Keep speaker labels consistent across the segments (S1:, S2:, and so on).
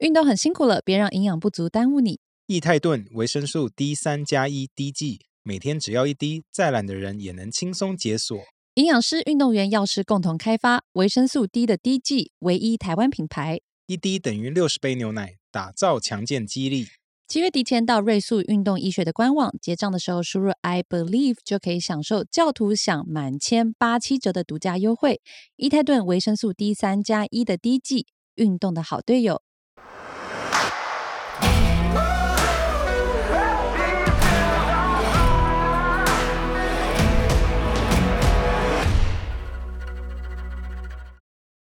S1: 运动很辛苦了，别让营养不足耽误你。
S2: 益泰顿维生素 D 三加一滴剂，每天只要一滴，再懒的人也能轻松解锁。
S1: 营养师、运动员、药师共同开发维生素 D 的滴剂，唯一台湾品牌。
S2: 一滴等于六十杯牛奶，打造强健肌力。
S1: 七月底前到瑞素运动医学的官网结账的时候，输入 I believe 就可以享受教徒享满千八七折的独家优惠。伊泰顿维生素 D 三加一的滴剂，运动的好队友。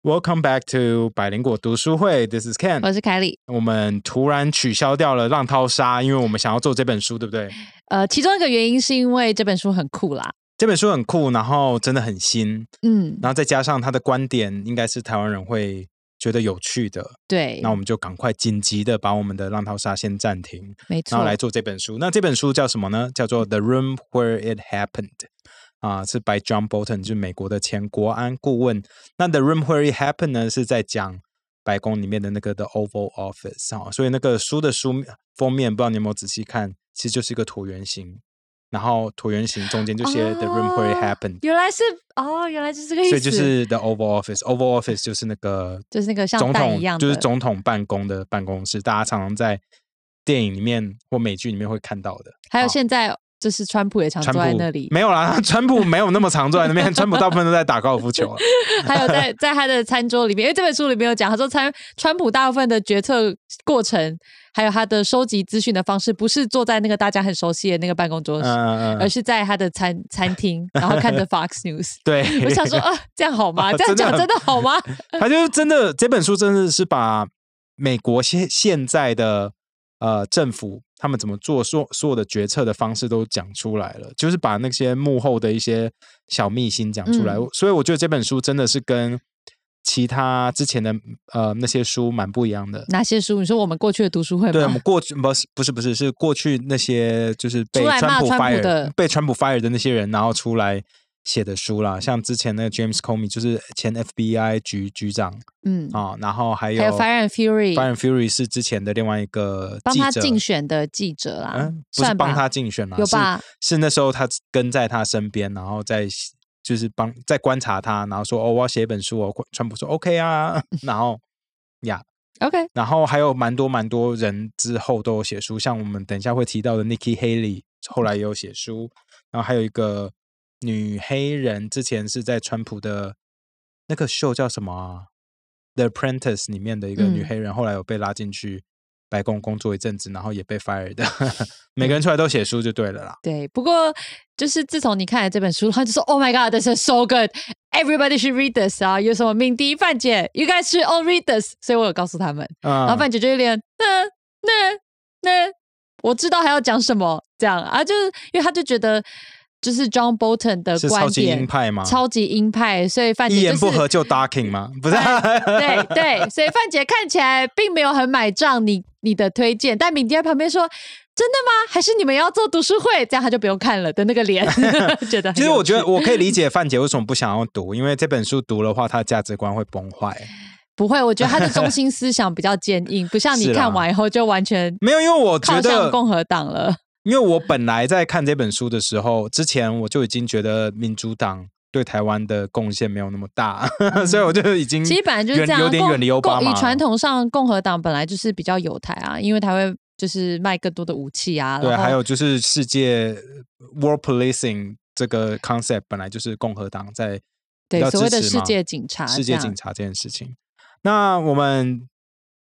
S2: Welcome back to 百灵果读书会，This is Ken。
S1: 我是凯里，
S2: 我们突然取消掉了浪淘沙，因为我们想要做这本书，对不对？
S1: 呃，其中一个原因是因为这本书很酷啦，
S2: 这本书很酷，然后真的很新，
S1: 嗯，
S2: 然后再加上他的观点，应该是台湾人会觉得有趣的。
S1: 对
S2: 那，我们就赶快紧急的把我们的浪淘沙先暂停，
S1: 没
S2: 然
S1: 错
S2: 后，来做这本书。那这本书叫什么呢？叫做《The Room Where It Happened》啊，是 by John Bolton，就是美国的前国安顾问。那《The Room Where It Happened》呢，是在讲白宫里面的那个 The Oval Office 啊，所以那个书的书封面，不知道你有没有仔细看，其实就是一个椭圆形，然后椭圆形中间就写《The Room Where It
S1: 哦
S2: Happened》。
S1: 原来是哦，原来就是这个意思，
S2: 所以就是 The Oval Office，Oval Office 就是那个
S1: 就是那个像
S2: 总
S1: 蛋
S2: 统
S1: 一样
S2: 就是
S1: 的
S2: 总统办公的办公室，大家常常在电影里面或美剧里面会看到的。
S1: 还有
S2: 啊
S1: 现在就是川普也常
S2: 川
S1: 哦坐
S2: 普
S1: 在那里，
S2: 没有啦， 川普没有那么常坐在那边，川普大部分都在打高尔夫球啊 了。
S1: 还有在在他的餐桌里面，因为这本书里面有讲，他说川川普大部分的决策过程，还有他的收集资讯的方式，不是坐在那个大家很熟悉的那个办公桌，
S2: 嗯嗯
S1: 而
S2: 嗯，
S1: 是在他的餐餐厅，然后 看着 Fox News。
S2: 对。
S1: 我想 说，啊，这样好吗？
S2: 啊
S1: 这样
S2: 真的
S1: 讲真的好 吗？
S2: 他就是真的这本书真的是把美国现现在的呃政府他们怎么做所所有的决策的方式都讲出来了，就是把那些幕后的一些小秘辛讲出来。
S1: 嗯
S2: 所以我觉得这本书真的是跟其他之前的呃那些书蛮不一样的。
S1: 哪些书？你说我们过去的读书会
S2: 对我们
S1: 吗？
S2: 过去不是不是不是是过去那些就是被
S1: 出来
S2: 川
S1: 骂
S2: 普
S1: 川普
S2: fire
S1: 的
S2: 被川普 fire 的那些人，然后出来写的书啦，像之前那个 James Comey 就是前 FBI 局局长，
S1: 嗯，
S2: 啊、然后还有
S1: 还有 Fire and Fury
S2: Fire and Fury 是之前的另外一个
S1: 帮
S2: 记
S1: 他
S2: 者
S1: 竞选的记者啦
S2: 嗯，，不是
S1: 算
S2: 帮
S1: 吧
S2: 他，竞选啦，
S1: 有
S2: 是
S1: 吧？
S2: 是那时候他跟在他身边，然后在就是帮在观察他，然后说哦，我要写一本书哦，川普说 OK 啊， 然后呀
S1: OK，
S2: 然后还有蛮多蛮多人之后都有写书，像我们等一下会提到的 Nikki Haley 后
S1: 嗯
S2: 来也有写书，然后还有一个女黑人，之前是在川普的那个秀叫什么啊、The Apprentice》里面的一个女
S1: 嗯
S2: 黑人，后来有被拉进去白宫工作一阵子，然后也被 fire 的。每个人出来都写书就对了啦。
S1: 对，不过就是自从你看了这本书，然后就说 “Oh my God, this is so good, everybody should read this 啊！”有什么命题范姐，You guys should all read this。所以我有告诉他们，
S2: 嗯，
S1: 然后范姐就有点那那那，我知道还要讲什么这样啊，就是因为他就觉得就是 John Bolton 的
S2: 是超
S1: 观
S2: 级
S1: 点
S2: 鹰派吗？
S1: 超级鹰派，所以范姐
S2: 一言
S1: 就是
S2: 不合就 docking 吗？不是、啊，
S1: 对对，所以范姐看起来并没有很买账你你的推荐，但敏迪在旁边说：“真的吗？还是你们要做读书会？”这样他就不用看了的那个脸， 觉得很
S2: 其实
S1: 有
S2: 我觉得
S1: 趣
S2: 我可以理解范姐为什么不想要读，因为这本书读的话，她的价值观会崩坏。
S1: 不会，我觉得他的中心思想比较坚硬， 不像你
S2: 是啦
S1: 看完以后就完全
S2: 没有，因为我觉
S1: 靠向
S2: 得，
S1: 共和党了。
S2: 因为我本来在看这本书的时候，之前我就已经觉得民主党对台湾的贡献没有那么大， 所以我就已经
S1: 嗯其实本来就是这
S2: 嗯远
S1: 样，
S2: 有点
S1: 共
S2: 远离奥巴
S1: 共
S2: 马
S1: 以
S2: 了。
S1: 传统上，共和党本来就是比较有台啊，因为他会就是卖更多的武器啊，
S2: 对，
S1: 然后
S2: 还有就是世界呃 world policing 这个 concept 本来就是共和党在比
S1: 对
S2: 较
S1: 所谓
S2: 支
S1: 的
S2: 持
S1: 世
S2: 嘛
S1: 界警察，
S2: 世界警。察这件事情。那我们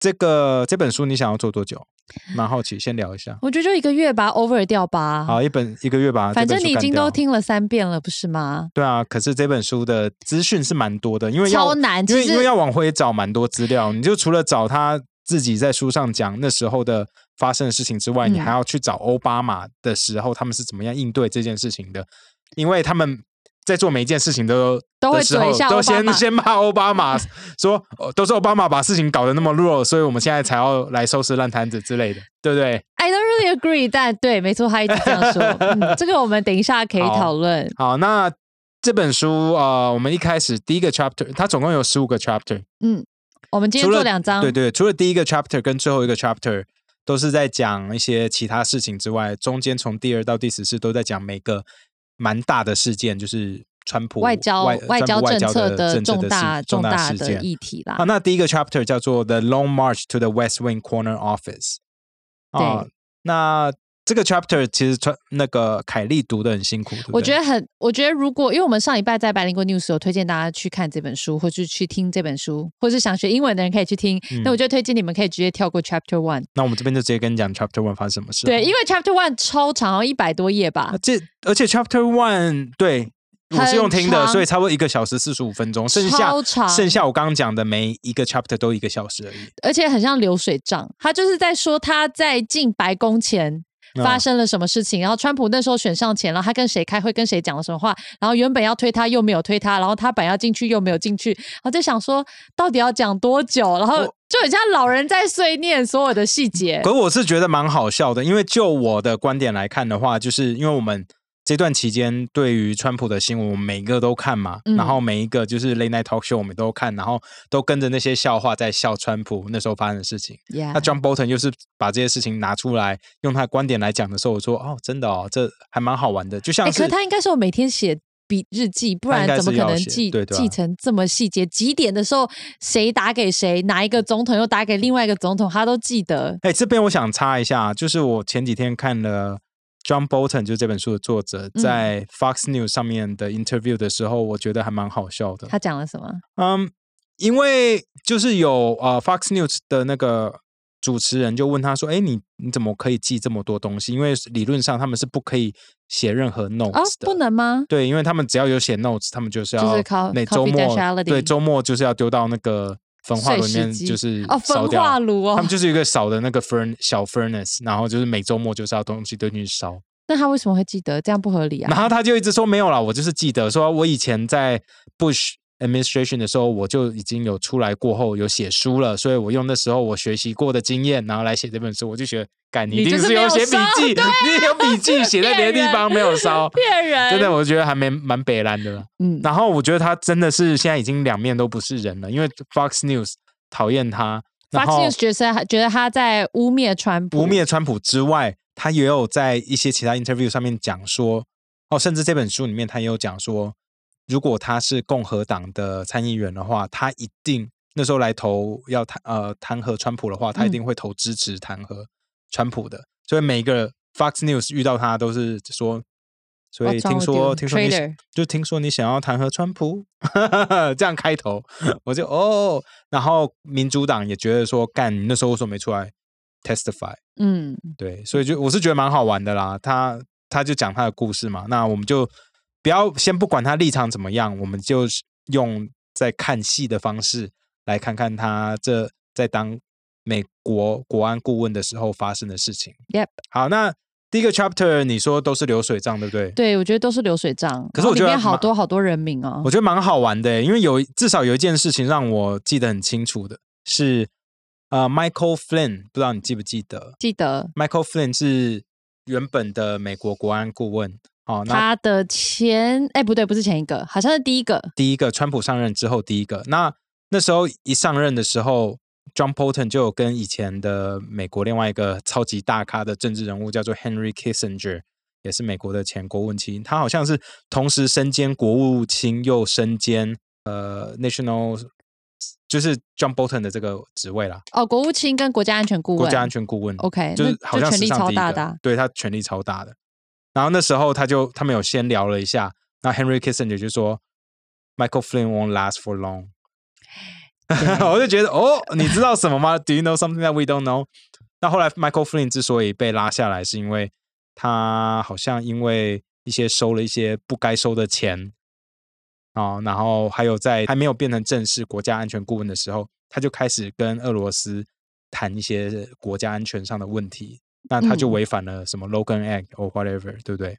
S2: 这个这本书你想要做多久？蛮好奇，先聊一下。
S1: 我觉得就一个月吧，over 掉吧。
S2: 好，一本一个月吧，
S1: 哦反
S2: 啊这本
S1: 正
S2: 书
S1: 你已
S2: 干
S1: 经
S2: 掉
S1: 都听了三遍了，不是吗？
S2: 对啊，可是这本书的资讯是蛮多的，因为要
S1: 超难，
S2: 因
S1: 其
S2: 为因为
S1: 实
S2: 要往回找蛮多资料，你就除了找他自己在书上讲那时候的发生的事情之外，
S1: 嗯
S2: 你还要去找奥巴马的时候他们是怎么样应对这件事情的，因为他们。在做每一件事情都
S1: 都会
S2: 的时候
S1: 嘴一下
S2: 都
S1: 奥巴马
S2: 先先骂奥 巴马，说哦都是奥巴马把事情搞得那么弱，所以我们现在才要来收拾烂摊子之类的，对不对？
S1: I don't really agree，但对，没错，他一直这样说。 嗯，这个我们等一下可以
S2: 好
S1: 讨论。
S2: 好，那这本书呃，我们一开始第一个 chapter，它总共有十五个 chapter，
S1: 嗯，我们今天
S2: 除了
S1: 做两张，
S2: 对对，除了第一个 chapter 跟最后一个 chapter 都是在讲一些其他事情之外，中间从第二到第十四都在讲每个蛮大的事件，就是川普
S1: 外交
S2: 外川普
S1: 交
S2: 外
S1: 政
S2: 交
S1: 策
S2: 的政策
S1: 重大
S2: 事重
S1: 大
S2: 事件
S1: 的议题啦
S2: 啊。。那第一个 chapter 叫做 The Long March to the West Wing Corner Office 啊
S1: 对，
S2: 那这个 chapter 其实川那个凯莉读的很辛苦，对不
S1: 我
S2: 对
S1: 觉得很，我觉得如果因为我们上礼拜在百灵国 news 有推荐大家去看这本书，或是去听这本书，或是想学英文的人可以去听。
S2: 嗯
S1: 那我就推荐你们可以直接跳过 chapter one，
S2: 那我们这边就直接跟你讲 chapter one 发生什么事。
S1: 对，因为 chapter one 超长，好像一百多页吧
S2: 啊，。这而且 Chapter One 对我是用听的，
S1: 很长
S2: 所以差不多一个小时四十五分钟，剩下
S1: 超长，
S2: 剩下我刚刚讲的每一个 Chapter 都一个小时而已。
S1: 而且很像流水账。他就是在说他在进白宫前
S2: 嗯
S1: 发生了什么事情，然后川普那时候选上前，然后他跟谁开会，跟谁讲了什么话，然后原本要推他又没有推他，然后他本来要进去又没有进去，然后在想说到底要讲多久，然后
S2: 我
S1: 就很像老人在碎念所有的细节。
S2: 可我是觉得蛮好笑的，因为就我的观点来看的话，就是因为我们这段期间对于川普的新闻，我们每一个都看嘛，
S1: 嗯
S2: 然后每一个就是 late night talk show 我们都看，然后都跟着那些笑话在笑川普那时候发生的事情。
S1: Yeah，
S2: 那 John Bolton 又是把这些事情拿出来用他的观点来讲的时候，我说哦，真的哦，这还蛮好玩的，就像
S1: 哎、
S2: 是
S1: 可他应该是我每天写。笔日记，不
S2: 他应
S1: 然
S2: 该
S1: 怎么
S2: 是
S1: 可
S2: 要
S1: 能
S2: 写
S1: 记
S2: 对对啊
S1: 记成这么细节？几点的时候谁打给谁，哪一个总统又打给另外一个总统，他都记得。
S2: 哎，这边我想插一下，就是我前几天看了 John Bolton，就是这本书的作者，
S1: 嗯
S2: 在 Fox News 上面的 interview 的时候，我觉得还蛮好笑的。
S1: 他讲了什么？
S2: 嗯，因为就是有呃 Fox News 的那个主持人就问他说：“哎，你你怎么可以记这么多东西？因为理论上他们是不可以写任何
S1: 哦
S2: notes，的。
S1: 不能吗？
S2: 对，因为他们只要有写 notes，他们就是
S1: 就是
S2: 要
S1: co-
S2: 每周末
S1: confidentiality
S2: 对周末就是要丢到那个焚化炉里
S1: 碎
S2: 面，
S1: 石机
S2: 就是
S1: 哦，
S2: 烧
S1: 焚
S2: 掉。
S1: 化炉
S2: 他
S1: 哦
S2: 们。就是有一个小的那个 furn 小 furnace，然后就是每周末就是要东西丢进去烧。
S1: 那他为什么会记得？这样不合理
S2: 然
S1: 啊！
S2: 后他就一直说没有啦，我就是记得说我以前在 Bush administration 的时候，我就已经有出来过后有写书了，所以我用那时候我学习过的经验，然后来写这本书，我就觉得，干你
S1: 你
S2: 一定
S1: 就是
S2: 是
S1: 没有
S2: 写笔
S1: 烧
S2: 记， 你有笔记写在别的地方没有 烧。
S1: 骗人
S2: 真的，，我觉得还蛮蛮北蓝的啦。
S1: 嗯，
S2: 然后我觉得他真的是现在已经两面都不是人了，因为 Fox News 讨厌他，然
S1: Fox
S2: 后
S1: News 觉得他觉得他在污蔑川普，哦
S2: 污蔑川普之外，他也有在一些其他 interview 上面讲说，哦，甚至这本书里面他也有讲说，如果他是共和党的参议员的话，他一定那时候来投要弹呃弹劾川普的话，他一
S1: 嗯
S2: 定会投支持弹劾川普的。所以每一个 Fox News 遇到他都是说，所以
S1: What's wrong
S2: 听
S1: with
S2: 说
S1: you?
S2: 听说你
S1: 哦 Traitor
S2: 就听说你想要弹劾川普， 这样开头我就哦，然后民主党也觉得说，干你那时候为什么没出来 testify？
S1: 嗯，
S2: 对，所以就我是觉得蛮好玩的啦。他他就讲他的故事嘛，那我们就不要先不管他立场怎么样，我们就是用在看戏的方式来看看他这在当美国国安顾问的时候发生的事情。
S1: Yep
S2: 好，那第一个 chapter 你说都是流水账，对不对？
S1: 对，我觉得都是流水账。
S2: 可是
S1: 然后
S2: 我
S1: 里
S2: 觉得
S1: 面好
S2: 蛮
S1: 多好多人名哦
S2: 我，觉得蛮好玩的，欸因为有至少有一件事情让我记得很清楚的是，呃，Michael Flynn，不知道你记不记得
S1: 记得
S2: ？Michael Flynn 是原本的美国国安顾问。哦，那
S1: 他的前哎不对，不是前一个，好像是第一个，
S2: 第一个，川普上任之后第一个。那那时候一上任的时候，John Bolton 就有跟以前的美国另外一个超级大咖的政治人物叫做 Henry Kissinger，也是美国的前国务卿，他好像是同时身兼国务卿又身兼呃 National，就是 John Bolton 的这个职位啦，
S1: 哦，国务卿跟国家安全顾问，
S2: 国家安全顾问。
S1: OK，
S2: 就是
S1: 那
S2: 好像
S1: 权
S2: 史
S1: 力
S2: 上
S1: 超
S2: 第一个
S1: 大的啊，
S2: 对他权力超大的。然后那时候他就他们有先聊了一下，那 Henry Kissinger 就说 Michael Flynn won't last for long。我就觉得哦，你知道什么吗？Do you know something that we don't know？那后来 Michael Flynn 之所以被拉下来，是因为他好像因为一些收了一些不该收的钱啊、然后还有在还没有变成正式国家安全顾问的时候，他就开始跟俄罗斯谈一些国家安全上的问题，那他就
S1: 嗯
S2: 违反了什么 Logan Act or whatever，对不对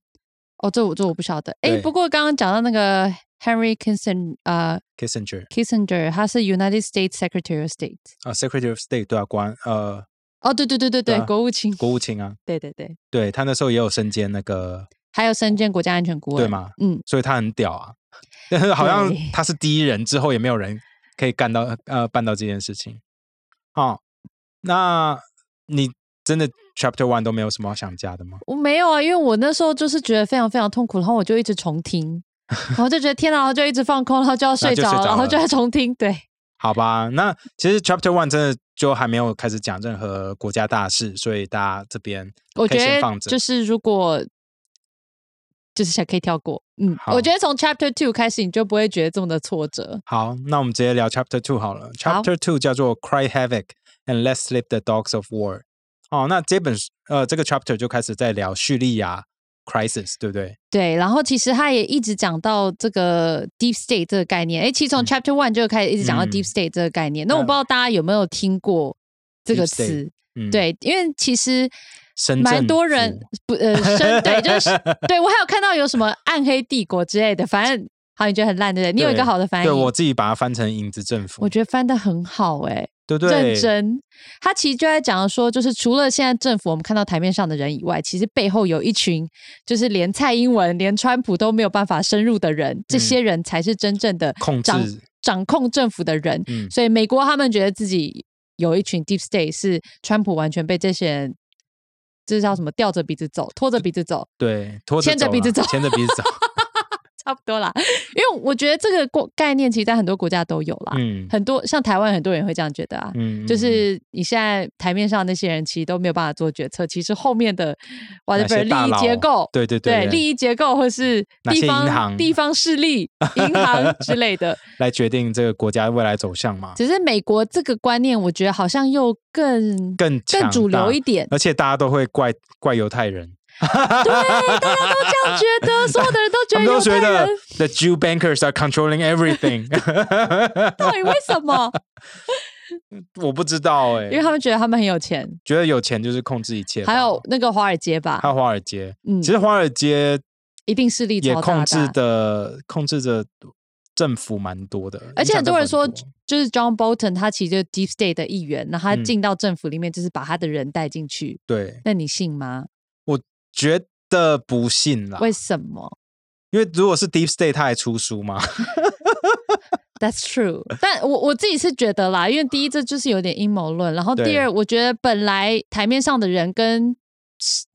S1: 哦，这我这我不晓得。哎，
S2: 对
S1: 不过刚刚讲到那个 Henry Kissinger，呃
S2: ？Kissinger
S1: ，Kissinger，他是 United States Secretary of State。
S2: 啊、s e c r e t a r y of State 对啊，国安呃
S1: 哦，对对对对
S2: 对
S1: 对，
S2: 啊
S1: 国务卿，
S2: 国务卿啊，
S1: 对对对，
S2: 对他那时候也有身兼那个，
S1: 还有身兼国家安全顾问，
S2: 对嘛？
S1: 嗯，
S2: 所以他很屌啊。但是好像
S1: 对
S2: 他是第一人，之后也没有人可以干到呃办到这件事情。好、那你真的 Chapter One 都没有什么想加的吗？
S1: 我没有啊，因为我那时候就是觉得非常非常痛苦，然后我就一直重 听，然后就觉得天哪，然后就一直放空，然后就要睡着
S2: 然后就睡着
S1: 然后就
S2: 了
S1: 要重听。对，
S2: 好吧，那其实 Chapter One 真的就还没有开始讲任何国家大事，所以大家这边
S1: 我
S2: 可
S1: 觉
S2: 以先
S1: 得
S2: 放着
S1: 就是如果就是想可以跳过，嗯，
S2: 好
S1: 我觉得从 Chapter Two 开始，你就不会觉得这么的挫折。
S2: 好，那我们直接聊 Chapter Two 好了。
S1: 好
S2: Chapter Two 叫做 Cry Havoc and Let's Sleep the Dogs of War。哦，那这本书呃这个 chapter 就开始在聊叙利亚 crisis，对不对？
S1: 对，然后其实他也一直讲到这个 deep state 这个概念，诶，其实从
S2: 嗯
S1: Chapter One 就开始一直讲到
S2: 嗯
S1: deep state 这个概念。那我
S2: 那
S1: 不知道大家有没有听过这
S2: Deep
S1: 个
S2: state，
S1: 词？
S2: 嗯，，
S1: 对，因为其实
S2: 深圳
S1: 蛮多人
S2: 府
S1: 不呃深对， 就是对我还有看到有什么暗黑帝国之类的，反正好，你觉得很烂对不对？你有一个
S2: 对
S1: 好的翻译，
S2: 对我自己把它翻成影子政府
S1: 我，觉得翻的很好诶。
S2: 对不对？
S1: 认真，他其实就在讲说，就是除了现在政府我们看到台面上的人以外，其实背后有一群，就是连蔡英文、连川普都没有办法深入的人，这些人才是真正的
S2: 嗯控
S1: 掌
S2: 制
S1: 掌控政府的人。
S2: 嗯
S1: 所以美国他们觉得自己有一群 deep state 是川普完全被这些人，这叫什么？吊着鼻子走，拖着鼻子走，
S2: 对，拖
S1: 牵着
S2: 走
S1: 鼻子
S2: 啦
S1: 走
S2: 牵着鼻子 走，
S1: 差不多啦。 因为我觉得这个过概念其实在很多国家都有啦，
S2: 嗯
S1: 很多像台湾很多人会这样觉得啊。
S2: 嗯，
S1: 就
S2: 嗯
S1: 是你现在台面上那些人其实都没有办法做决策，其实后面 的或
S2: 哪
S1: 者
S2: 些
S1: 利
S2: 大
S1: 益
S2: 佬
S1: 结构，
S2: 对对
S1: 对利
S2: 益
S1: 益结构或是
S2: 哪些
S1: 地
S2: 银
S1: 方
S2: 行
S1: 地方势 力、银行之类的。
S2: 来决定这个国家未来走向嘛，
S1: 只是美国这个观念，我觉得好像又更
S2: 更
S1: 更
S2: 强
S1: 主流
S2: 大，
S1: 一点
S2: 而且大家都会怪怪犹太人。
S1: 都这样觉得，所有的人都觉
S2: 他
S1: 得
S2: 们都
S1: 犹
S2: 觉
S1: 太
S2: 得
S1: 人
S2: the Jew bankers are controlling everything 。
S1: 到底为什 么？
S2: 我不知道哎、
S1: 因为他们觉得他们很有钱，
S2: 觉得有钱就是控制一切吧。
S1: 还有那个华尔街吧
S2: 还，有华尔街，
S1: 嗯
S2: 其，实华尔街
S1: 一定势力
S2: 也
S1: 超大
S2: 控制
S1: 大
S2: 的控制着政府蛮多的，
S1: 而且很多人说
S2: 影响政府很多，
S1: 就是 John Bolton 他其实就是 Deep State 的一员，那他
S2: 嗯
S1: 进到政府里面，就是把他的人带进去。
S2: 对，
S1: 那你信吗？
S2: 觉得不信啦，
S1: 为什么
S2: 因为如果是 Deep State，他还出书嘛，
S1: ？That's true 但我我自己是觉得啦，因为第一这就是有点阴谋论，然后第
S2: 对
S1: 二，我觉得本来台面上的人跟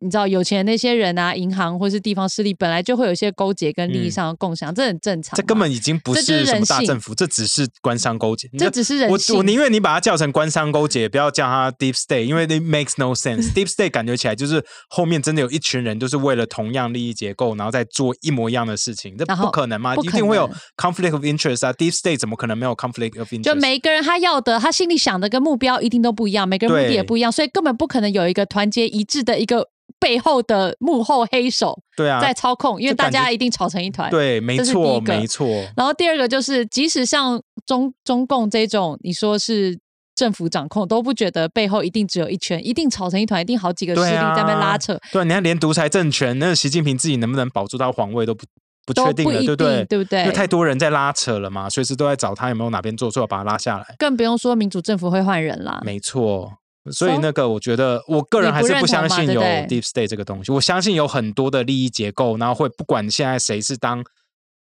S1: 你知道有钱的那些人啊，银行或是地方势力，本来就会有一些勾结跟利益
S2: 嗯
S1: 上的共享，这很正常嘛。
S2: 这根本已经不
S1: 这就是
S2: 是什么
S1: 人
S2: 大
S1: 性
S2: 政府，这只是官商勾结。你
S1: 这
S2: 就
S1: 只是人
S2: 我
S1: 性。
S2: 我宁愿你把它叫成官商勾结，不要叫它 deep state，因为 it makes no sense。deep state 感觉起来就是后面真的有一群人，就是为了同样利益结构，然后再做一模一样的事情，这
S1: 然后
S2: 不可能嘛？
S1: 不
S2: 一
S1: 可
S2: 定会有
S1: 能
S2: conflict of interest 啊！deep state 怎么可能没有 conflict of interest？
S1: 就每一个人他要的，他心里想的跟目标一定都不一样，每个人目的
S2: 对
S1: 也不一样，所以根本不可能有一个团结一致的一个背后的幕后黑手
S2: 对啊，
S1: 在操控，因为
S2: 这
S1: 大
S2: 感觉
S1: 家一定吵成一团。
S2: 对，没
S1: 这是第一
S2: 错，
S1: 个
S2: 没错，
S1: 然后第二个就是，即使像中中共这种，你说是。政府掌控都不觉得背后一定只有一圈，一定吵成一团，一定好几个势力
S2: 对啊，
S1: 在那边拉扯，
S2: 对啊，你看连独裁政权，那习近平自己能不能保住到皇位都不不
S1: 都
S2: 确定
S1: 不
S2: 了，
S1: 一
S2: 对
S1: 定，
S2: 不对？
S1: 对不
S2: 因为太
S1: 对？
S2: 多人在拉扯了嘛，随时都在找他有没有哪边做错，把他拉下来。
S1: 更不用说民主政府会换人啦。
S2: 没错，所以
S1: 啊 So？
S2: 那个我觉得，我个人
S1: 你
S2: 还
S1: 不
S2: 是
S1: 认
S2: 不
S1: 同
S2: 相
S1: 嘛
S2: 信
S1: 对
S2: 有
S1: 不对
S2: deep state 这个东西。我相信有很多的利益结构，然后会不管现在谁是当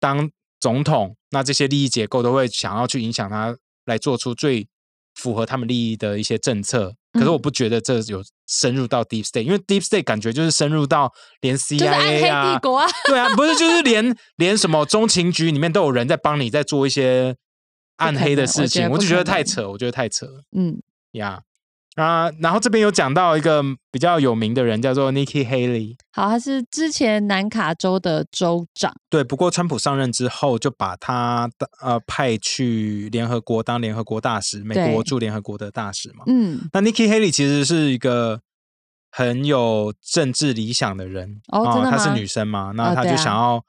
S2: 当总统，那这些利益结构都会想要去影响他来做出最符合他们利益的一些政策。可是我
S1: 嗯
S2: 不觉得这有深入到 deep state，因为 deep state 感觉就是深入到连
S1: 就是暗黑
S2: CIA 啊
S1: 帝，国啊，
S2: 对啊，不是就是连连什么中情局里面都有人在帮你在做一些暗
S1: 可
S2: 黑
S1: 能
S2: 的
S1: 我
S2: 事
S1: 觉
S2: 情，
S1: 得
S2: 我
S1: 不
S2: 就觉
S1: 可
S2: 得太
S1: 能
S2: 扯，我觉得太扯了。
S1: 嗯，
S2: 呀啊，然后这边有讲到一个比较有名的人，叫做 Nikki Haley。
S1: 好，他是之前南卡州的州长。
S2: 对，不过川普上任之后，就把他的呃派去联合国当联合国大使，美
S1: 对
S2: 国驻联合国的大使嘛。
S1: 嗯，
S2: 那 Nikki Haley 其实是一个很有政治理想的人
S1: 哦
S2: 啊
S1: 真的
S2: 她是
S1: 吗
S2: 女生嘛，
S1: 哦
S2: 那她
S1: 对
S2: 就
S1: 啊
S2: 想要、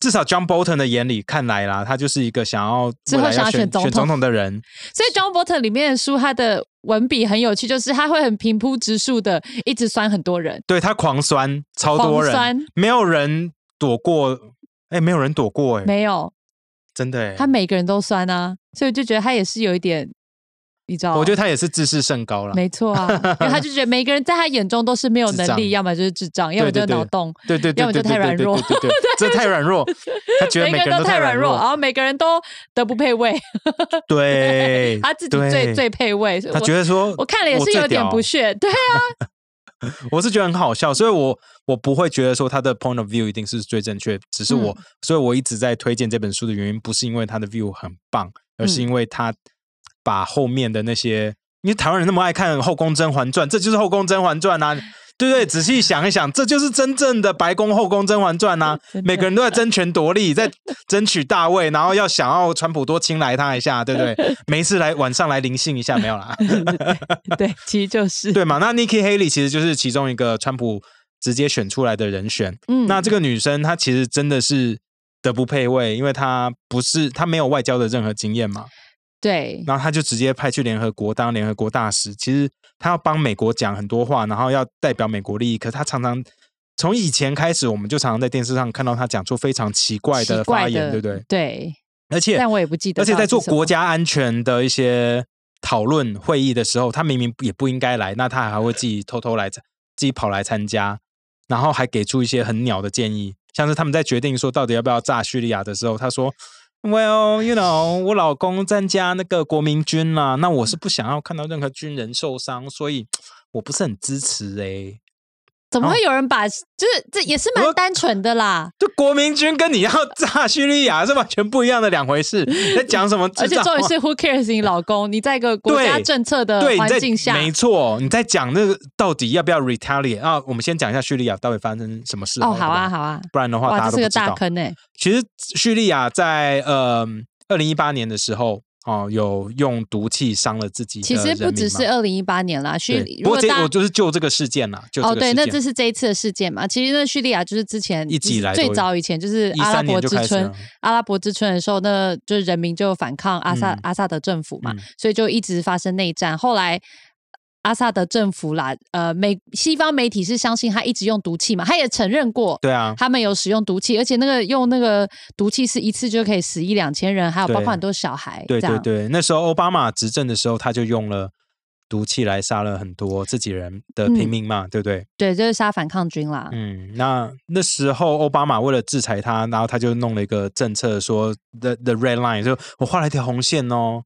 S2: 至少 John Bolton 的眼里看来啦，她就是一个想要
S1: 之
S2: 未
S1: 后
S2: 来
S1: 想要
S2: 要
S1: 选
S2: 选
S1: 总
S2: 选总
S1: 统
S2: 统的人，
S1: 所以 John Bolton 里面的书，他的文笔很有趣，就是他会很平铺直述的，一直酸很多人。
S2: 对他狂酸超多
S1: 狂
S2: 人，
S1: 酸
S2: 没有人躲过，哎、没有人躲过、哎，
S1: 没有，
S2: 真的、哎，
S1: 他每个人都酸啊，所以我就觉得他也是有一点，你知道，
S2: 我觉得他也是自视甚高了。
S1: 没错 啊，因为他就觉得每个人在他眼中都是没有
S2: 智
S1: 能
S2: 障
S1: 力，要么就是智障，要么就是
S2: 对对
S1: 脑洞，
S2: 对对对
S1: 要么
S2: 对对
S1: 就太软
S2: 对对
S1: 弱
S2: 对 对对，这太软弱，他觉得每
S1: 每
S2: 个人
S1: 人
S2: 都
S1: 都
S2: 太
S1: 太软
S2: 软 弱
S1: 然。后每个人都德不配 位，
S2: 对，
S1: 他自己最
S2: 对
S1: 最配位。所以
S2: 他
S1: 我
S2: 觉得说，
S1: 我看了也
S2: 我
S1: 是
S2: 最
S1: 有点
S2: 屌
S1: 不屑，对啊，
S2: 我是觉得很好笑，所以我我不会觉得说他的 point of view 一定是最正确，只是我，所以我一直在推荐这本书的原因，不是因为他的 view 很棒，而是因为他把后面的那些，因为台湾人那么爱看《后宫甄嬛传》，这就是《后宫甄嬛传》啊。对不对？仔细想一想，这就是真正的白宫后宫甄嬛传呐、啊！每个人都在争权夺利，在争取大位，然后要想要川普多亲来他一下，对不对？没事来晚上来灵性一下，没有啦。
S1: 对，其实就是
S2: 对嘛？那 Nikki Haley 其实就是其中一个川普直接选出来的人选。
S1: 嗯
S2: 那这个女生她其实真的是德不配位，因为她不是她没有外交的任何经验嘛，
S1: 对，
S2: 然后她就直接派去联合国当联合国大使。其实她要帮美国讲很多话，然后要代表美国利益，可是她常常。从以前开始，我们就常常在电视上看到她讲出非常奇怪
S1: 奇
S2: 的
S1: 怪
S2: 发
S1: 的，
S2: 言，对不对？
S1: 对，
S2: 而且
S1: 但我也不记得
S2: 而且
S1: 到底
S2: 在
S1: 是
S2: 做
S1: 什么
S2: 国家安全的一些讨论会议的时候，他明明也不应该来，那他还会自己偷偷来，自己跑来参加，然后还给出一些很鸟的建议，像是他们在决定说到底要不要炸叙利亚的时候，他说。Well, you know，我老公参加那个国民军啦，那我是不想要看到任何军人受伤，所以我不是很支持诶、
S1: 怎么
S2: 哦
S1: 会有人把就是这也是
S2: 我
S1: 蛮单纯的啦，
S2: 就国民军跟你要 炸叙利亚是完全不一样的两回 事，你在讲什么智
S1: 而且
S2: 障话？
S1: 重点是 Who cares 你老公？你在一个国家
S2: 哦对
S1: 政策的
S2: 对，你
S1: 呃环
S2: 在
S1: 境下，哦
S2: 没错，你在讲那个到底要不要 retaliate 啊？我们先讲一下叙利亚到底发生什么事
S1: 哦，好啊，
S2: 不
S1: 好啊，
S2: 不然的话
S1: 哇，
S2: 大家
S1: 这
S2: 都
S1: 是
S2: 不
S1: 个
S2: 知
S1: 大
S2: 道。
S1: 坑哎、
S2: 其实叙利亚在呃二零一八年的时候哦，有用毒气伤了自己的
S1: 其
S2: 呃人民
S1: 实
S2: 嘛，
S1: 不只是二零一八年啦，叙
S2: 对，
S1: 如
S2: 不过
S1: 果
S2: 这
S1: 大
S2: 我
S1: 家
S2: 就是就这个事件啦，就
S1: 哦
S2: 这个
S1: 对，
S2: 事
S1: 那
S2: 件。
S1: 这是这一次的事件嘛？其实那叙利亚就是之前
S2: 一直以来都
S1: 最
S2: 有
S1: 早以前就是
S2: 一
S1: 阿拉
S2: 三
S1: 伯
S2: 年就
S1: 之
S2: 开始
S1: 春
S2: 了，，
S1: 阿拉伯之春的时候，那就是人民就反抗阿萨、
S2: 嗯
S1: 阿萨德政府嘛，
S2: 嗯
S1: 所以就一直发生内战。后来阿萨德政府啦，呃，美西方媒体是相信他一直用毒气嘛，他也承认过，
S2: 对啊，
S1: 他们有使用毒气，而且那个用那个毒气是一次就可以死一两千人，还有
S2: 对
S1: 包括很多小孩，
S2: 对
S1: 这
S2: 对
S1: 样
S2: 对，那时候奥巴马执政的时候，他就用了毒气来杀了很多自己人的平
S1: 嗯
S2: 民嘛，对不对？
S1: 对就是杀反抗军啦。
S2: 嗯，那那时候奥巴马为了制裁他，然后他就弄了一个政策说，the the red line，就我画了一条红线哦，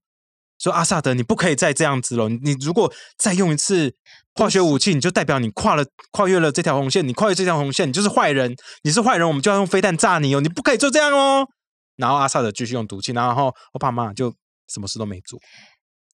S2: 说阿萨德你不可以再这样子了，你你如果再用一次化学武器，你就代表你跨了跨越了这条红线，你跨越这条红线，你就是坏人，你是坏人，我们就要用飞弹炸你哦，你不可以就这样哦。然后阿萨德继续用毒气，然后奥巴马就什么事都没做。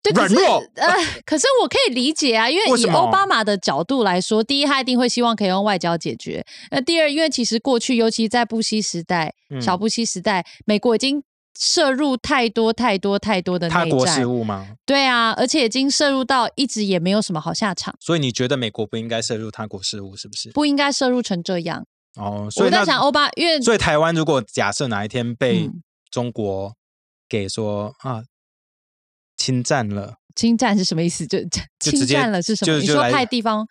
S1: 对，可是
S2: 软弱
S1: 呃，可是我可以理解啊，因为
S2: 为
S1: 以
S2: 什么
S1: 奥巴马的角度来说，第一，他一定会希望可以用外交解决；那第二，因为其实过去，尤其在布希时代、
S2: 嗯
S1: 小布希时代，美国已经涉入太多太多太多的
S2: 他
S1: 内
S2: 国事
S1: 战，
S2: 务嘛，
S1: 对啊，而且已经涉入到一直也没有什么好下场，
S2: 所以你觉得美国不应该涉入他国事务，是不是？
S1: 不应该涉入成这样。
S2: 哦，所以
S1: 我在
S2: 那
S1: 想，欧巴，因为
S2: 所以台湾如果假设哪一天被
S1: 嗯
S2: 中国给说、啊侵占了，
S1: 侵占是什么意思？就
S2: 就
S1: 侵
S2: 直接
S1: 占了是什么？
S2: 就
S1: 你
S2: 就
S1: 说
S2: 来
S1: 派地方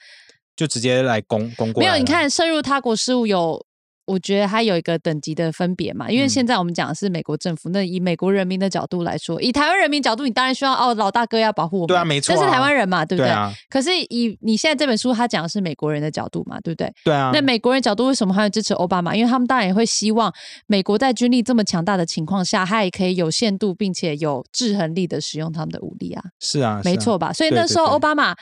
S2: 就直接来攻攻过
S1: 没
S2: 来
S1: 有？你
S2: 了
S1: 看，涉入他国事务有，我觉得它有一个等级的分别嘛。因为
S2: 嗯
S1: 现在我们讲的是美国政府，那以美国人民的角度来说，以台湾人民角度，你当然希望哦，老大哥要保护我们，
S2: 对啊没错啊
S1: 这是台湾人嘛，对不
S2: 对
S1: 对？
S2: 啊，
S1: 可是以你现在这本书，它讲的是美国人的角度嘛，对不对？
S2: 对啊，
S1: 那美国人角度为什么还要支持奥巴马？因为他们当然也会希望美国在军力这么强大的情况下，他也可以有限度并且有制衡力的使用他们的武力啊。
S2: 是啊，
S1: 没
S2: 是啊
S1: 错，吧？所以那
S2: 对
S1: 时候
S2: 对对
S1: 奥巴马，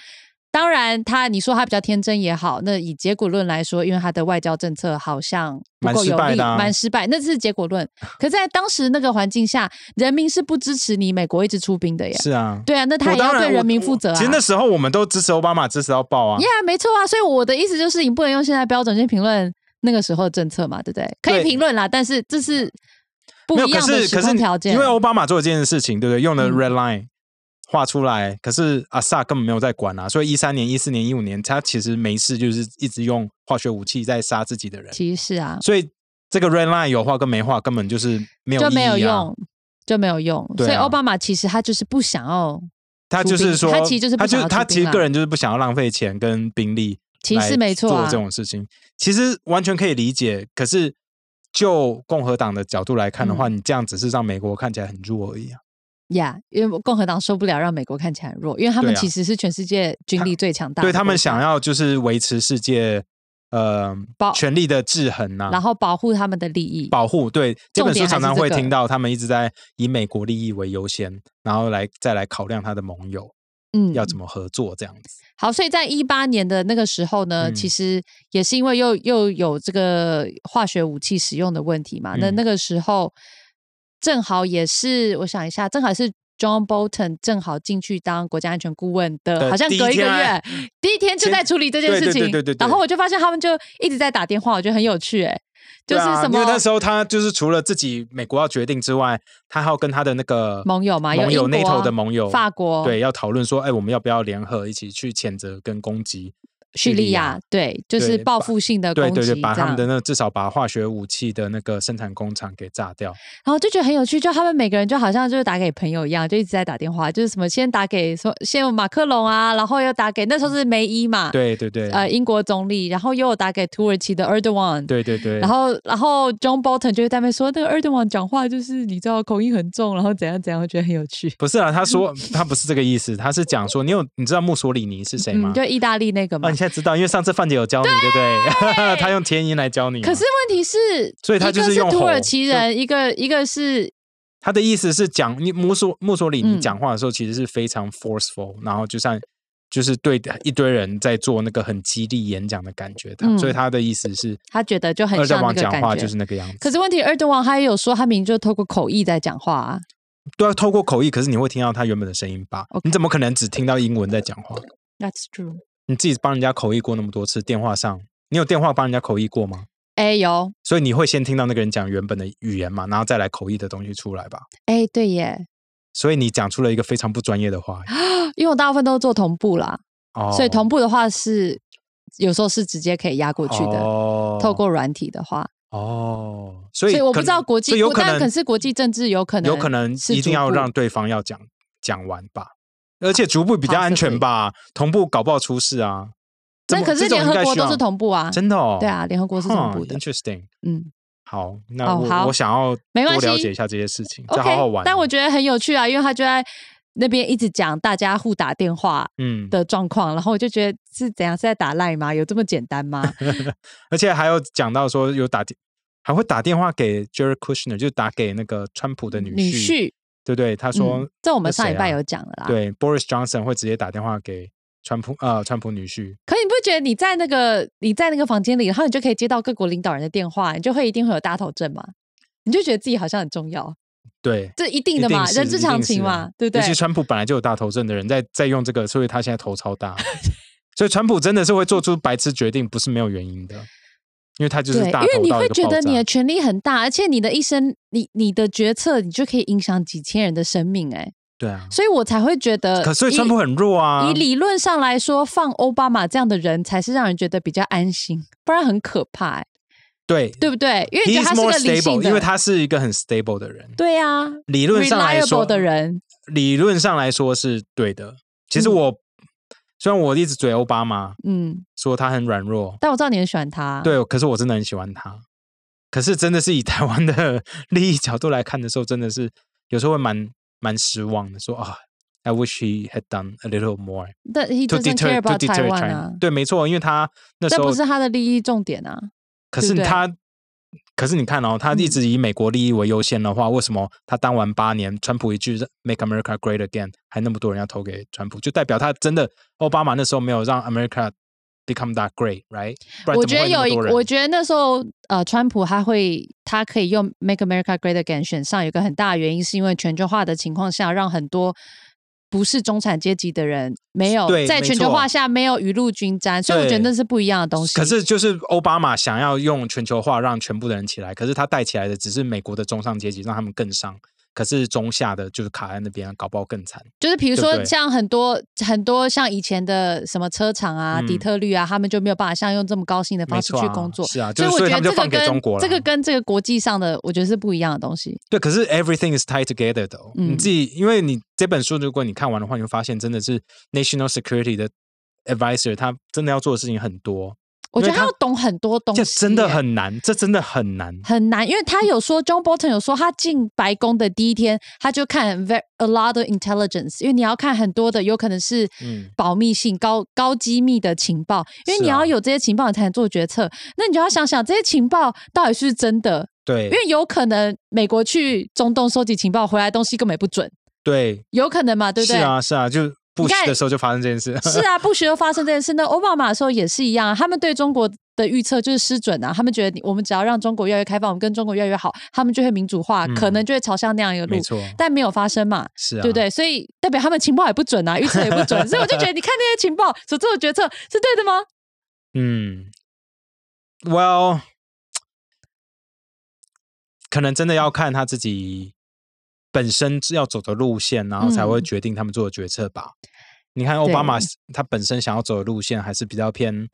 S1: 当然他你说他比较天真也好，那以结果论来说，因为他的外交政策好像不
S2: 蛮
S1: 够
S2: 失
S1: 有
S2: 败
S1: 力，
S2: 的啊
S1: 蛮失败，那是结果论。可在当时那个环境下，人民是不支持你美国一直出兵的耶。
S2: 是啊，
S1: 对啊，那他
S2: 我
S1: 也要
S2: 当然
S1: 对
S2: 我
S1: 人民
S2: 我
S1: 负责啊。
S2: 其实那时候我们都支持奥巴马，支持到爆啊。
S1: yeah, 没错啊。所以我的意思就是，你不能用现在标准去评论那个时候的政策嘛，对不对？可以
S2: 对
S1: 评论啦，但是这是不
S2: 没有，
S1: 一
S2: 可
S1: 样的
S2: 是
S1: 时
S2: 可是
S1: 空条件。啊
S2: 因为奥巴马做了这件事情，对不对？用了
S1: 嗯
S2: red line 画出来，可是阿萨根本没有在管啊，所以一三年、一四年、一五年，他其实没事，就是一直用化学武器在杀自己的人。
S1: 其实是啊，
S2: 所以这个 red line 有画跟没画根本就是没有、意
S1: 就没有
S2: 义啊
S1: 用，就没有用。
S2: 对
S1: 所以
S2: 啊
S1: 奥巴马其实他就是不想要，
S2: 他就
S1: 出兵
S2: 是说，
S1: 他其实就是不
S2: 他就
S1: 想要
S2: 他
S1: 出兵
S2: 其实
S1: 啦
S2: 个人就是不想要浪费钱跟兵力，
S1: 其实没错
S2: 做
S1: 啊
S2: 这种事情，其实完全可以理解。可是
S1: 嗯
S2: 就共和党的角度来看的话，你这样只是让美国看起来很弱而已啊。
S1: 呀因为共和党受不了让美国看起来很弱，因为他们
S2: 对啊
S1: 其实是全世界军力最强大的
S2: 对
S1: 国家，
S2: 他们想要就是维持世界呃
S1: 保
S2: 权力的制衡呐、
S1: 然后保护他们的利益，
S2: 保护对这本
S1: 重点
S2: 书
S1: 还
S2: 常
S1: 是
S2: 常
S1: 这
S2: 会
S1: 个
S2: 听到，他们一直在以美国利益为优先，然后来再来考量他的盟友
S1: 嗯
S2: 要怎么合作这样子。
S1: 好，所以在一八年的那个时候呢，
S2: 嗯
S1: 其实也是因为又又有这个化学武器使用的问题嘛。那
S2: 嗯
S1: 那个时候正好也是，我想一下，正好是 John Bolton 正好进去当国家安全顾问的，
S2: 的
S1: 好像
S2: 第一
S1: 隔一个
S2: 天啊
S1: 月，第一天就
S2: 先
S1: 在处理这件
S2: 对
S1: 事
S2: 对对
S1: 情。
S2: 对对对
S1: 然后我就发现他们就一直在打电话，我觉得很有趣、欸，就是
S2: 对啊
S1: 什么、
S2: 因为那时候他就是除了自己美国要决定之外，他还要跟他的那个
S1: 盟友嘛，有
S2: 盟友
S1: 英国
S2: NATO
S1: 啊
S2: 的盟友
S1: 法国、
S2: 对要讨论说，哎，我们要不要联合一起去谴责跟攻击
S1: 叙利亚，对，就是
S2: 对
S1: 报
S2: 把
S1: 复性的呃攻
S2: 对
S1: 击，
S2: 对
S1: 这
S2: 对，把他
S1: 样。
S2: 们的那至少把化学武器的那个生产工厂给炸掉。
S1: 然后就觉得很有趣，就他们每个人就好像就是打给朋友一样，就一直在打电话，就是什么先打给说先有马克龙啊，然后又打给那时候是梅伊嘛，，
S2: 对对对，
S1: 呃，英国总理，然后又有打给土耳其的 Erdogan，。
S2: 对对对，
S1: 然后，然后 John Bolton 就会在那边说，那个 Erdogan 讲话就是你知道口音很重，然后怎样怎样，我觉得很有趣。
S2: 不是啊，他
S1: 嗯
S2: 说他不是这个意思，他是讲说你有你知道墨索里尼是谁吗？
S1: 嗯，就意大利那个嘛。
S2: 啊，你现在知道，因为上次范姐有教你，对不对？ 他用天音来教你嘛。
S1: 可是问题是，
S2: 所以他
S1: 一个
S2: 就是
S1: 是
S2: 用
S1: 土
S2: 吼
S1: 耳其人，一个一个是
S2: 他的意思是讲，你墨索墨索里尼
S1: 嗯
S2: 讲话的时候其实是非常 forceful，、然后就像就是对一堆人在做那个很激励演讲的感觉。他、
S1: 嗯
S2: 所以他的意思是，
S1: 他觉得就很
S2: 二
S1: 像
S2: 战
S1: 那
S2: 王
S1: 个
S2: 讲
S1: 感
S2: 话
S1: 觉
S2: 就是那个样子。
S1: 可是问题，Erdogan 他也有说，他明明就透过口译在讲话啊。
S2: 对啊，透过口译，可是你会听到他原本的声音吧
S1: OK
S2: 你怎么可能只听到英文在讲话？
S1: That's true。
S2: 你自己帮人家口译过那么多次，电话上你有电话帮人家口译过吗？
S1: 哎，有
S2: 所以你会先听到那个人讲原本的语言嘛，然后再来口译的东西出来吧。
S1: 哎，对耶，
S2: 所以你讲出了一个非常不专业的话
S1: 因为我大部分都是做同步啦，
S2: 哦，
S1: 所以同步的话是有时候是直接可以压过
S2: 过
S1: 去的，
S2: 哦、
S1: 透过软体的话，
S2: 哦，
S1: 所
S2: 所以
S1: 以我不
S2: 可
S1: 知道
S2: 能
S1: 国际
S2: 所以有
S1: 部，
S2: 可
S1: 但
S2: 能
S1: 可是国际政治有可能
S2: 有可能
S1: 是
S2: 一
S1: 逐
S2: 定要
S1: 步哦
S2: 让对方要讲讲完吧，而且逐步比较安全吧，同步搞不好出事啊。这
S1: 那
S2: 么
S1: 可是
S2: 这种
S1: 联
S2: 应该
S1: 合国
S2: 需
S1: 都
S2: 要
S1: 是同步啊，
S2: 真的哦，
S1: 对啊，联合国是同
S2: 哼
S1: 步的，
S2: ，interesting。
S1: 嗯，
S2: 好，那
S1: 哦
S2: 我、
S1: 好
S2: 我想要
S1: 没关
S2: 多了
S1: 系
S2: 解一下这些事情，这
S1: OK，
S2: 好好玩哦。
S1: 但我觉得很有趣啊，因为他就在那边一直讲大家互打电话。
S2: 嗯，
S1: 的状况，然后我就觉得是怎样是在打赖吗？有这么简单 吗？
S2: 而且还有讲到说有打电，还会打电话给 Jared Kushner，就打给那个川普的女
S1: 女
S2: 婿，
S1: 婿，
S2: 对不对？他说、
S1: 嗯，这我们
S2: 那谁
S1: 上礼拜
S2: 啊
S1: 有讲了啦。
S2: 对 Boris Johnson 会直接打电话给川普呃川普女婿，
S1: 可你不觉得你在那个你在那个房间里，然后你就可以接到各国领导人的电话，你就会一定会有大头症嘛？你就觉得自己好像很重要，
S2: 对。
S1: 这一定的嘛，
S2: 一定是啊
S1: 人之常情嘛，对不
S2: 尤
S1: 对
S2: 其？川普本来就有大头症的人，在在用这个，所以他现在头超大。所以川普真的是会做出白痴决定，不是没有原因的，因为他就是
S1: 对，
S2: 大
S1: 因
S2: 头
S1: 为你
S2: 到一
S1: 会
S2: 个
S1: 觉
S2: 爆
S1: 得
S2: 炸
S1: 你的权力很大，而且你的一生，你你的决策，你就可以影响几千人的生命、哎，
S2: 对啊，
S1: 所以我才会觉得，
S2: 可所以川普很弱啊
S1: 呃以。以理论上来说，放奥巴马这样的人才是让人觉得比较安心，不然很可怕、哎
S2: 对
S1: 对不对？因为你
S2: He
S1: 觉得
S2: is
S1: 他是
S2: more
S1: 个理性
S2: stable，
S1: 的，
S2: 因为他是一个很 stable 的人。
S1: 对啊
S2: 理论上来说
S1: ，reliable 的人，
S2: 理论上来说是对的。其实
S1: 嗯
S2: 我、虽然我一直嘴欧巴马
S1: 嗯，
S2: 说他很软弱，
S1: 但我知道你很喜欢他，。
S2: 对，可是我真的很喜欢他。可是真的是以台湾的 利益角度来看的时候，真的是有时候会蛮蛮失望的，说啊。I wish he had done a little more
S1: 但 he
S2: to
S1: doesn't care
S2: deter to
S1: about
S2: deter
S1: Taiwan
S2: China
S1: 啊。，
S2: 对，没错，因为他那时
S1: 这
S2: 候
S1: 不是他的利益重点啊。
S2: 可
S1: 对
S2: 是
S1: 不对嗯
S2: 他，可是你看哦，他一直以美国利益为优先的话，为什么他当完八年，川普一句 “Make America Great Again”，还那么多人要投给川普，就代表他真的奥巴马那时候没有让 America become that great，right？不然
S1: 我
S2: 怎
S1: 觉得
S2: 么会那
S1: 有
S2: 么
S1: 一
S2: 多人，
S1: 我觉得那时候呃，川普他会他可以用 Make America Great Again 选上，有一个很大的原因是因为全球化的情况下，让很多。不是中产阶级的人没有
S2: 对
S1: 在
S2: 没
S1: 全球
S2: 错
S1: 化下没有雨露均沾，所以我觉得
S2: 对
S1: 那是不一样的东西。
S2: 可是就是奥巴马想要用全球化让全部的人起来，可是他带起来的只是美国的中上阶级，让他们更上。可是中下的就是卡在那边，搞不好更惨。
S1: 就是比如
S2: 对不
S1: 说
S2: 对
S1: 像很多很多像以前的什么车厂啊、
S2: 嗯
S1: 底特律啊，他们就没有办法像用这么高薪的
S2: 没
S1: 方式
S2: 错
S1: 哦去
S2: 啊
S1: 工作，
S2: 是啊
S1: 所以
S2: 就是
S1: 我
S2: 所以
S1: 觉
S2: 他
S1: 得
S2: 们就
S1: 这个
S2: 放给
S1: 跟
S2: 中国了
S1: 这个跟这个国际上的，我觉得是不一样的东西。
S2: 对，可是 everything is tied together 的、哦
S1: 嗯
S2: 你自己，因为你这本书，如果你看完的话，你会发现真的是 national security 的 advisor，他真的要做的事情很多。
S1: 我觉得
S2: 因为
S1: 他
S2: 他
S1: 要懂很多东西
S2: 这
S1: 耶，
S2: 真的很难，这真的很难。
S1: 很难，因为他有说 John Bolton 有说他进白宫的第一天，他就看 very a lot of intelligence，因为你要看很多的，有可能是
S2: 嗯
S1: 保密性高高机密的情报，因为
S2: 是
S1: 你要
S2: 啊
S1: 有这些情报，你才能做决策。那你就要想想这些情报到底是不是真的，
S2: 对
S1: 因为有可能美国去中东收集情报回来的东西根本不准，
S2: 对，
S1: 有可能嘛，对不
S2: 是
S1: 对？
S2: 啊是啊，就不
S1: 看
S2: 时的时候就发生这件事。
S1: 是啊，不许又发生这件事。那奥巴马的时候也是一样啊、他们对中国的预测就是失准啊。他们觉得你我们只要让中国越来越开放，我们跟中国越来越好，他们就会民主化，
S2: 嗯
S1: 可能就会朝向那样一个路
S2: 没。错，
S1: 但没有发生嘛，
S2: 是啊，
S1: 对不对？所以代表他们情报也不准啊，预测也不 准。所以我就觉得，你看那些情报所做的决策是对的吗？
S2: 嗯，Well，可能真的要看他自己本身要走的路线，然后才会
S1: 嗯
S2: 决定他们做的决策吧。你看奥巴马是，他本身想要走的路线还是比较偏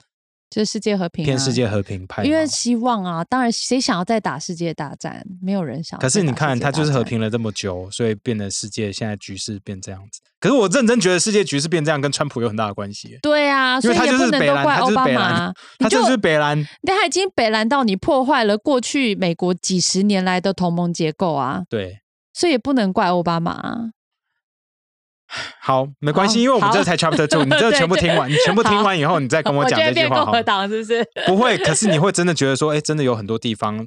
S1: 就是世界和平、啊，
S2: 偏世界和平派嘛，
S1: 因为希望啊，当然谁想要再打世界大战？没有人想要再
S2: 可
S1: 打世
S2: 是
S1: 界大
S2: 你
S1: 战。
S2: 看，他就是和平了这么久，所以变得世界现在局势变这样子。可是我认真觉得世界局势变这样跟川普有很大的关系耶，
S1: 对啊，
S2: 因
S1: 所
S2: 为
S1: 以
S2: 他
S1: 也
S2: 就
S1: 不
S2: 是
S1: 能
S2: 北
S1: 都
S2: 兰
S1: 怪
S2: 他
S1: 奥
S2: 就是
S1: 巴
S2: 北
S1: 马
S2: 兰
S1: 啊。你
S2: 他
S1: 就
S2: 就是北兰，
S1: 但他已经北兰到你破坏了过去美国几十年来的同盟结构啊，
S2: 对。
S1: 所以也不能怪奥巴马、啊。
S2: 好，没关
S1: 好
S2: 系，因为我们这
S1: 哦好
S2: 才 Chapter Two，你这
S1: 对
S2: 全部
S1: 就
S2: 听完，你全部听完以后，你再 跟
S1: 我
S2: 讲
S1: 觉
S2: 这
S1: 得
S2: 句
S1: 变
S2: 话
S1: 共
S2: 好
S1: 和
S2: 吗。
S1: 党是不 是？
S2: 不会，可是你会真的觉得说，哎，真的有很多地方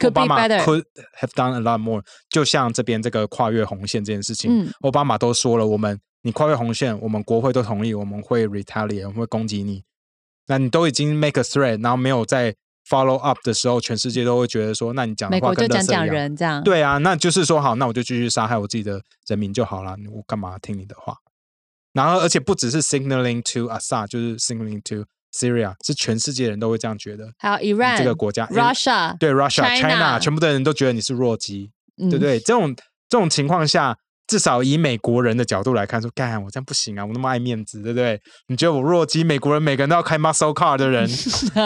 S1: Could be
S2: 奥巴马
S1: better
S2: could have done a lot more。就像这边这个跨越红线这件事情，
S1: 嗯
S2: 奥巴马都说了，我们你跨越红线，我们国会都同意，我们会 retaliate，我们会攻击你。那你都已经 make a threat，然后没有在 follow up 的时候，全世界都会觉得说，那你讲的
S1: 美
S2: 话
S1: 国
S2: 跟
S1: 就
S2: 垃
S1: 讲
S2: 圾
S1: 讲
S2: 一样。
S1: 人这样。，
S2: 对啊，那就是说好，那我就继续杀害我自己的人民就好了，我干嘛听你的话？然后，而且不只是 signaling to Assad，就是 signaling to Syria，是全世界人都会这样觉得。
S1: 还有
S2: 你
S1: Iran
S2: 这个国家
S1: Russia，
S2: 对 Russia、
S1: China 嗯
S2: China，全部的人都觉得你是弱鸡，
S1: 对
S2: 对不对？这种这种情况下，至少以美国人的角度来看说干我这样不行啊，我那么爱面子，对不对？你觉得我弱鸡？美国人每个人都要开 muscle car 的 人，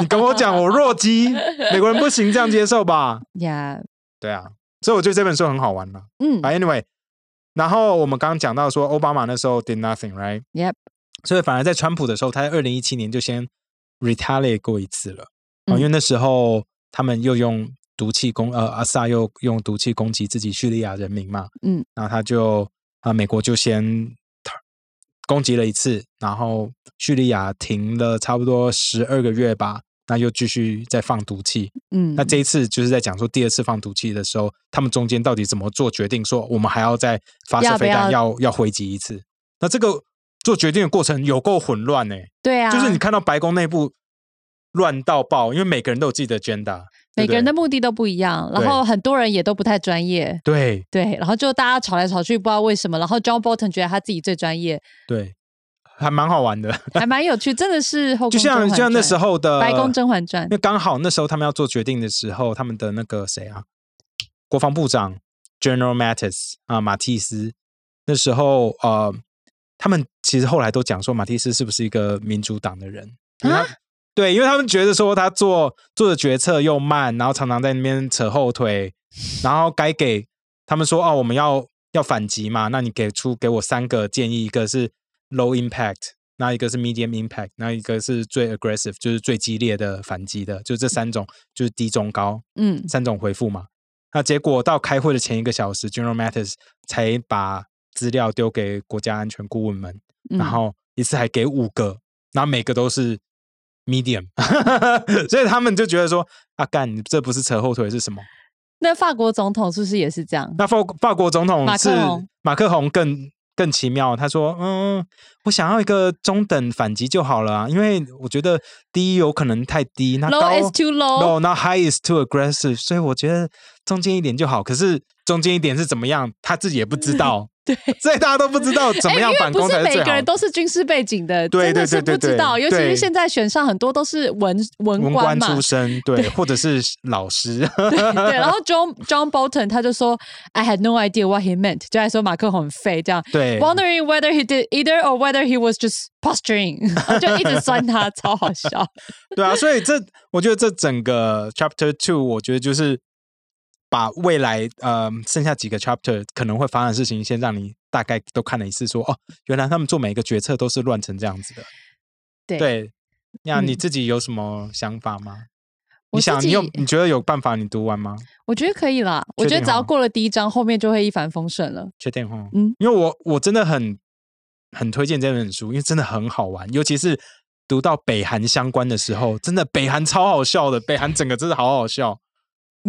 S2: 你跟我讲我弱鸡，美国人不行，这样接受吧？
S1: 呀，
S2: 对啊，所以我觉得这本书很好玩啦。
S1: 嗯
S2: 啊，Anyway，然后我们刚刚讲到说，奥巴马那时候 did nothing，right？
S1: ，Yep，
S2: 所以反而在川普的时候，他在二零一七年就先 retaliate 过一次了，
S1: 嗯
S2: 啊，因为那时候他们又用毒气攻，呃，阿萨又用毒气攻击自己叙利亚人民嘛，
S1: 嗯，
S2: 然后他就啊、美国就先攻击了一次，然后叙利亚停了差不多十二个月吧，那又继续再放毒气，
S1: 嗯，
S2: 那这一次就是在讲说，第二次放毒气的时候，他们中间到底怎么做决定？说我们还要再发射
S1: 要
S2: 飞
S1: 不
S2: 弹，
S1: 要
S2: 要要回击一次。那这个做决定的过程有够混乱呢、
S1: 对啊，
S2: 就是你看到白宫内部乱到爆，因为每个人都有自己的 agenda，对
S1: 每
S2: 不
S1: 个人
S2: 对
S1: 的目的都不一样，然
S2: 对
S1: 后很多人也都不太专业。
S2: 对
S1: 对，然后就大家吵来吵去，不知道为什么。然后 John Bolton 觉得他自己最专 业，
S2: 对，还蛮好玩的。
S1: 还蛮有趣，真的是后宫
S2: 就像
S1: 甄
S2: 就
S1: 嬛
S2: 像那
S1: 传
S2: 时候呃的
S1: 白宫甄嬛传
S2: 因为刚好那时候他们要做决定的时候，他们的那个谁啊，国防部长 General Mattis 啊、马蒂斯，那时候呃，他们其实后来都讲说马蒂斯是不是一个民主党的人因为他
S1: 啊
S2: 对，因为他们觉得说他做做的决策又慢，然后常常在那边扯后腿，然后该给他们说哦，我们要要反击嘛，那你给出给我三个建议，一个是 low impact，那一个是 medium impact，那一个是最 aggressive，就是最激烈的反击的，就这三种，就是低中高
S1: 嗯，
S2: 三种回复嘛。那结果到开会的前一个小时，General Mattis 才把资料丢给国家安全顾问们，
S1: 嗯
S2: 然后一次还给五个，然后每个都是 medium，所以他们就觉得说啊，干，你这不是扯后腿是什么？
S1: 那法国总统是不是也是这样？
S2: 那法法国总统
S1: 马克
S2: 是
S1: 宏
S2: 马克宏更更奇妙，他说：“嗯，我想要一个中等反击就好了、啊，因为我觉得低有可能太低，那
S1: Low
S2: 高
S1: is too low
S2: no，那 high is too aggressive，所以我觉得中间一点就好。可是中间一点是怎么样，他自己也不知道，
S1: 对，
S2: 所以大家都不知道怎
S1: 哎
S2: 么样
S1: 因为
S2: 反攻
S1: 不
S2: 才
S1: 是每
S2: 最
S1: 个
S2: 好
S1: 人。”都是军事背景的，
S2: 对
S1: 真的
S2: 对
S1: 是
S2: 对
S1: 不
S2: 对
S1: 知道。
S2: 对
S1: 尤其是
S2: 对
S1: 现在选上很多都是文文
S2: 文
S1: 官
S2: 官
S1: 嘛
S2: 出，身，对，或者是老师，
S1: 对。然后 John John Bolton 他就说，I had no idea what he meant，就还说马克宏很废这样。
S2: 对
S1: Wondering whether he did either or whether he was just posturing，然后 就一直酸他，超好笑。
S2: 对啊，所以这我觉得这整个 Chapter Two，我觉得就是把未来呃剩下几个 Chapter 可能会发生的事情，先让你大概都看了一次说，哦，原来他们做每一个决策都是乱成这样子的。
S1: 对
S2: 对，呀，你
S1: 嗯
S2: 自己有什么想法吗？
S1: 我
S2: 你
S1: 自
S2: 想，你有
S1: 己
S2: 你觉得有办法你读完吗？
S1: 我觉得可以啦，我
S2: 确
S1: 觉得
S2: 定
S1: 只要
S2: 哦
S1: 过了第一章，后面就会一帆风顺了。
S2: 确定哦，
S1: 嗯，
S2: 因为我我真的很很推荐这本书，因为真的很好玩，尤其是读到北韩相关的时候，真的北韩超好笑的，北韩整个真的好好笑。
S1: 嗯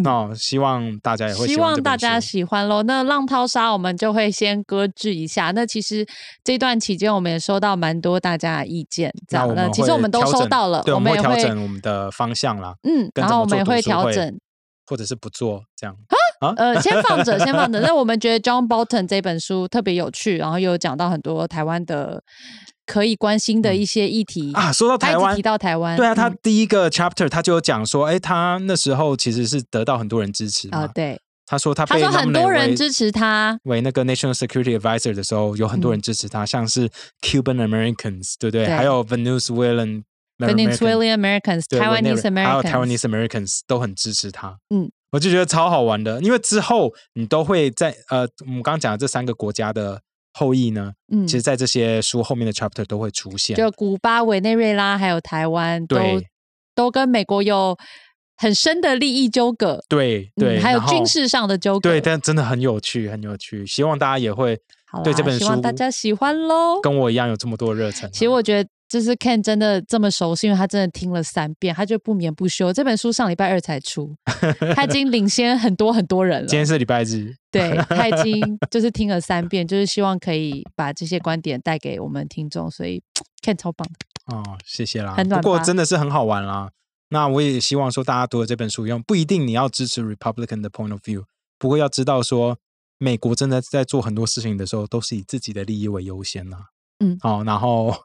S2: 那、希望大家也会
S1: 希
S2: 望这
S1: 望
S2: 本
S1: 大家
S2: 书
S1: 喜欢喽。那浪淘沙我们就会先搁置一下。那其实这段期间我们也收到蛮多大家的意见，这
S2: 那
S1: 样
S2: 我们
S1: 那
S2: 会
S1: 其实我们都
S2: 调
S1: 收
S2: 整
S1: 到了，
S2: 对，我
S1: 们
S2: 们
S1: 也
S2: 会调
S1: 会
S2: 整我们的方向啦，
S1: 嗯，
S2: 跟
S1: 然
S2: 怎
S1: 后
S2: 么
S1: 我们
S2: 做
S1: 也
S2: 读
S1: 会
S2: 书
S1: 调
S2: 会
S1: 整。
S2: 或者是不做这样。
S1: 呃，先放着，先放着。那我们觉得 John Bolton 这本书特别有趣，然后又有讲到很多台湾的可以关心的
S2: 嗯
S1: 一些议题
S2: 啊，说到
S1: 他一
S2: 台
S1: 直
S2: 湾
S1: 提，到台湾，
S2: 对啊，他
S1: 嗯
S2: 第一个 chapter 他就有讲说，哎，他那时候其实是得到很多人支持
S1: 啊、
S2: 嘛。
S1: 对，
S2: 他说他
S1: 他
S2: 被
S1: 说很多
S2: nominate
S1: 人
S2: 为
S1: 支持他，嗯
S2: 为那个 National Security Advisor 的时候，有很多人支持他，像是 Cuban Americans，对不对？
S1: 对
S2: 还有 Venezuelan American-
S1: Venezuelan Americans、
S2: 对
S1: Taiwanese
S2: Venezuelan- 还有
S1: Americans，
S2: Taiwanese Americans 都很支持他。
S1: 嗯，
S2: 我就觉得超好玩的，因为之后你都会在呃，我们刚刚讲的这三个国家的后裔呢，
S1: 嗯
S2: 其实在这些书后面的 chapter 都会出现。
S1: 就古巴、委内瑞拉还有台湾都
S2: 对
S1: 都跟美国有很深的利益纠葛，
S2: 对对、
S1: 嗯，还有
S2: 然后
S1: 军事上的纠葛。
S2: 对，但真的很有趣，很有趣。希望大家也会
S1: 好啦
S2: 对这本
S1: 希望
S2: 书
S1: 大家喜欢喽。
S2: 跟我一样有这么多热忱啊。
S1: 其实我觉得。就是 Ken 真的这么熟，是因为他真的听了三遍，他就不眠不休。这本书上礼拜二才出，他已经领先很多很多人
S2: 今天
S1: 了。
S2: 是礼拜日，
S1: 对，他已经就是听了三遍，就是希望可以把这些观点带给我们听众。所以 Ken 超棒的，
S2: 哦，谢谢啦
S1: 很。
S2: 不
S1: 暖
S2: 过
S1: 吧
S2: 真的是很好玩啦。那我也希望说，大家读了这本书以后，不一定你要支持 Republican 的 point of view，不过要知道说，美国真的在做很多事情的时候，都是以自己的利益为优先啦。
S1: 嗯
S2: 好、然后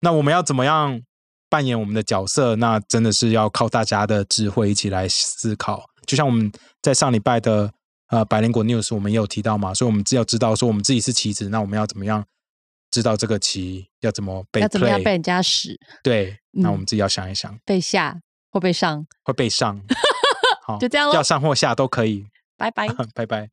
S2: 那我们要怎么样扮演我们的角色？那真的是要靠大家的智慧一起来思考。就像我们在上礼拜的呃百灵果 news 我们也有提到嘛，所以我们只要知道说我们自己是棋子，那我们要怎么样知道这个棋要怎么被
S1: 要怎么样
S2: play
S1: 被人家使
S2: 对，那我
S1: 嗯
S2: 们自己要想一想，
S1: 被吓或被上？
S2: 会被上，好，
S1: 就这样咯哎
S2: 要上或下都可以。
S1: 拜拜。
S2: 拜拜。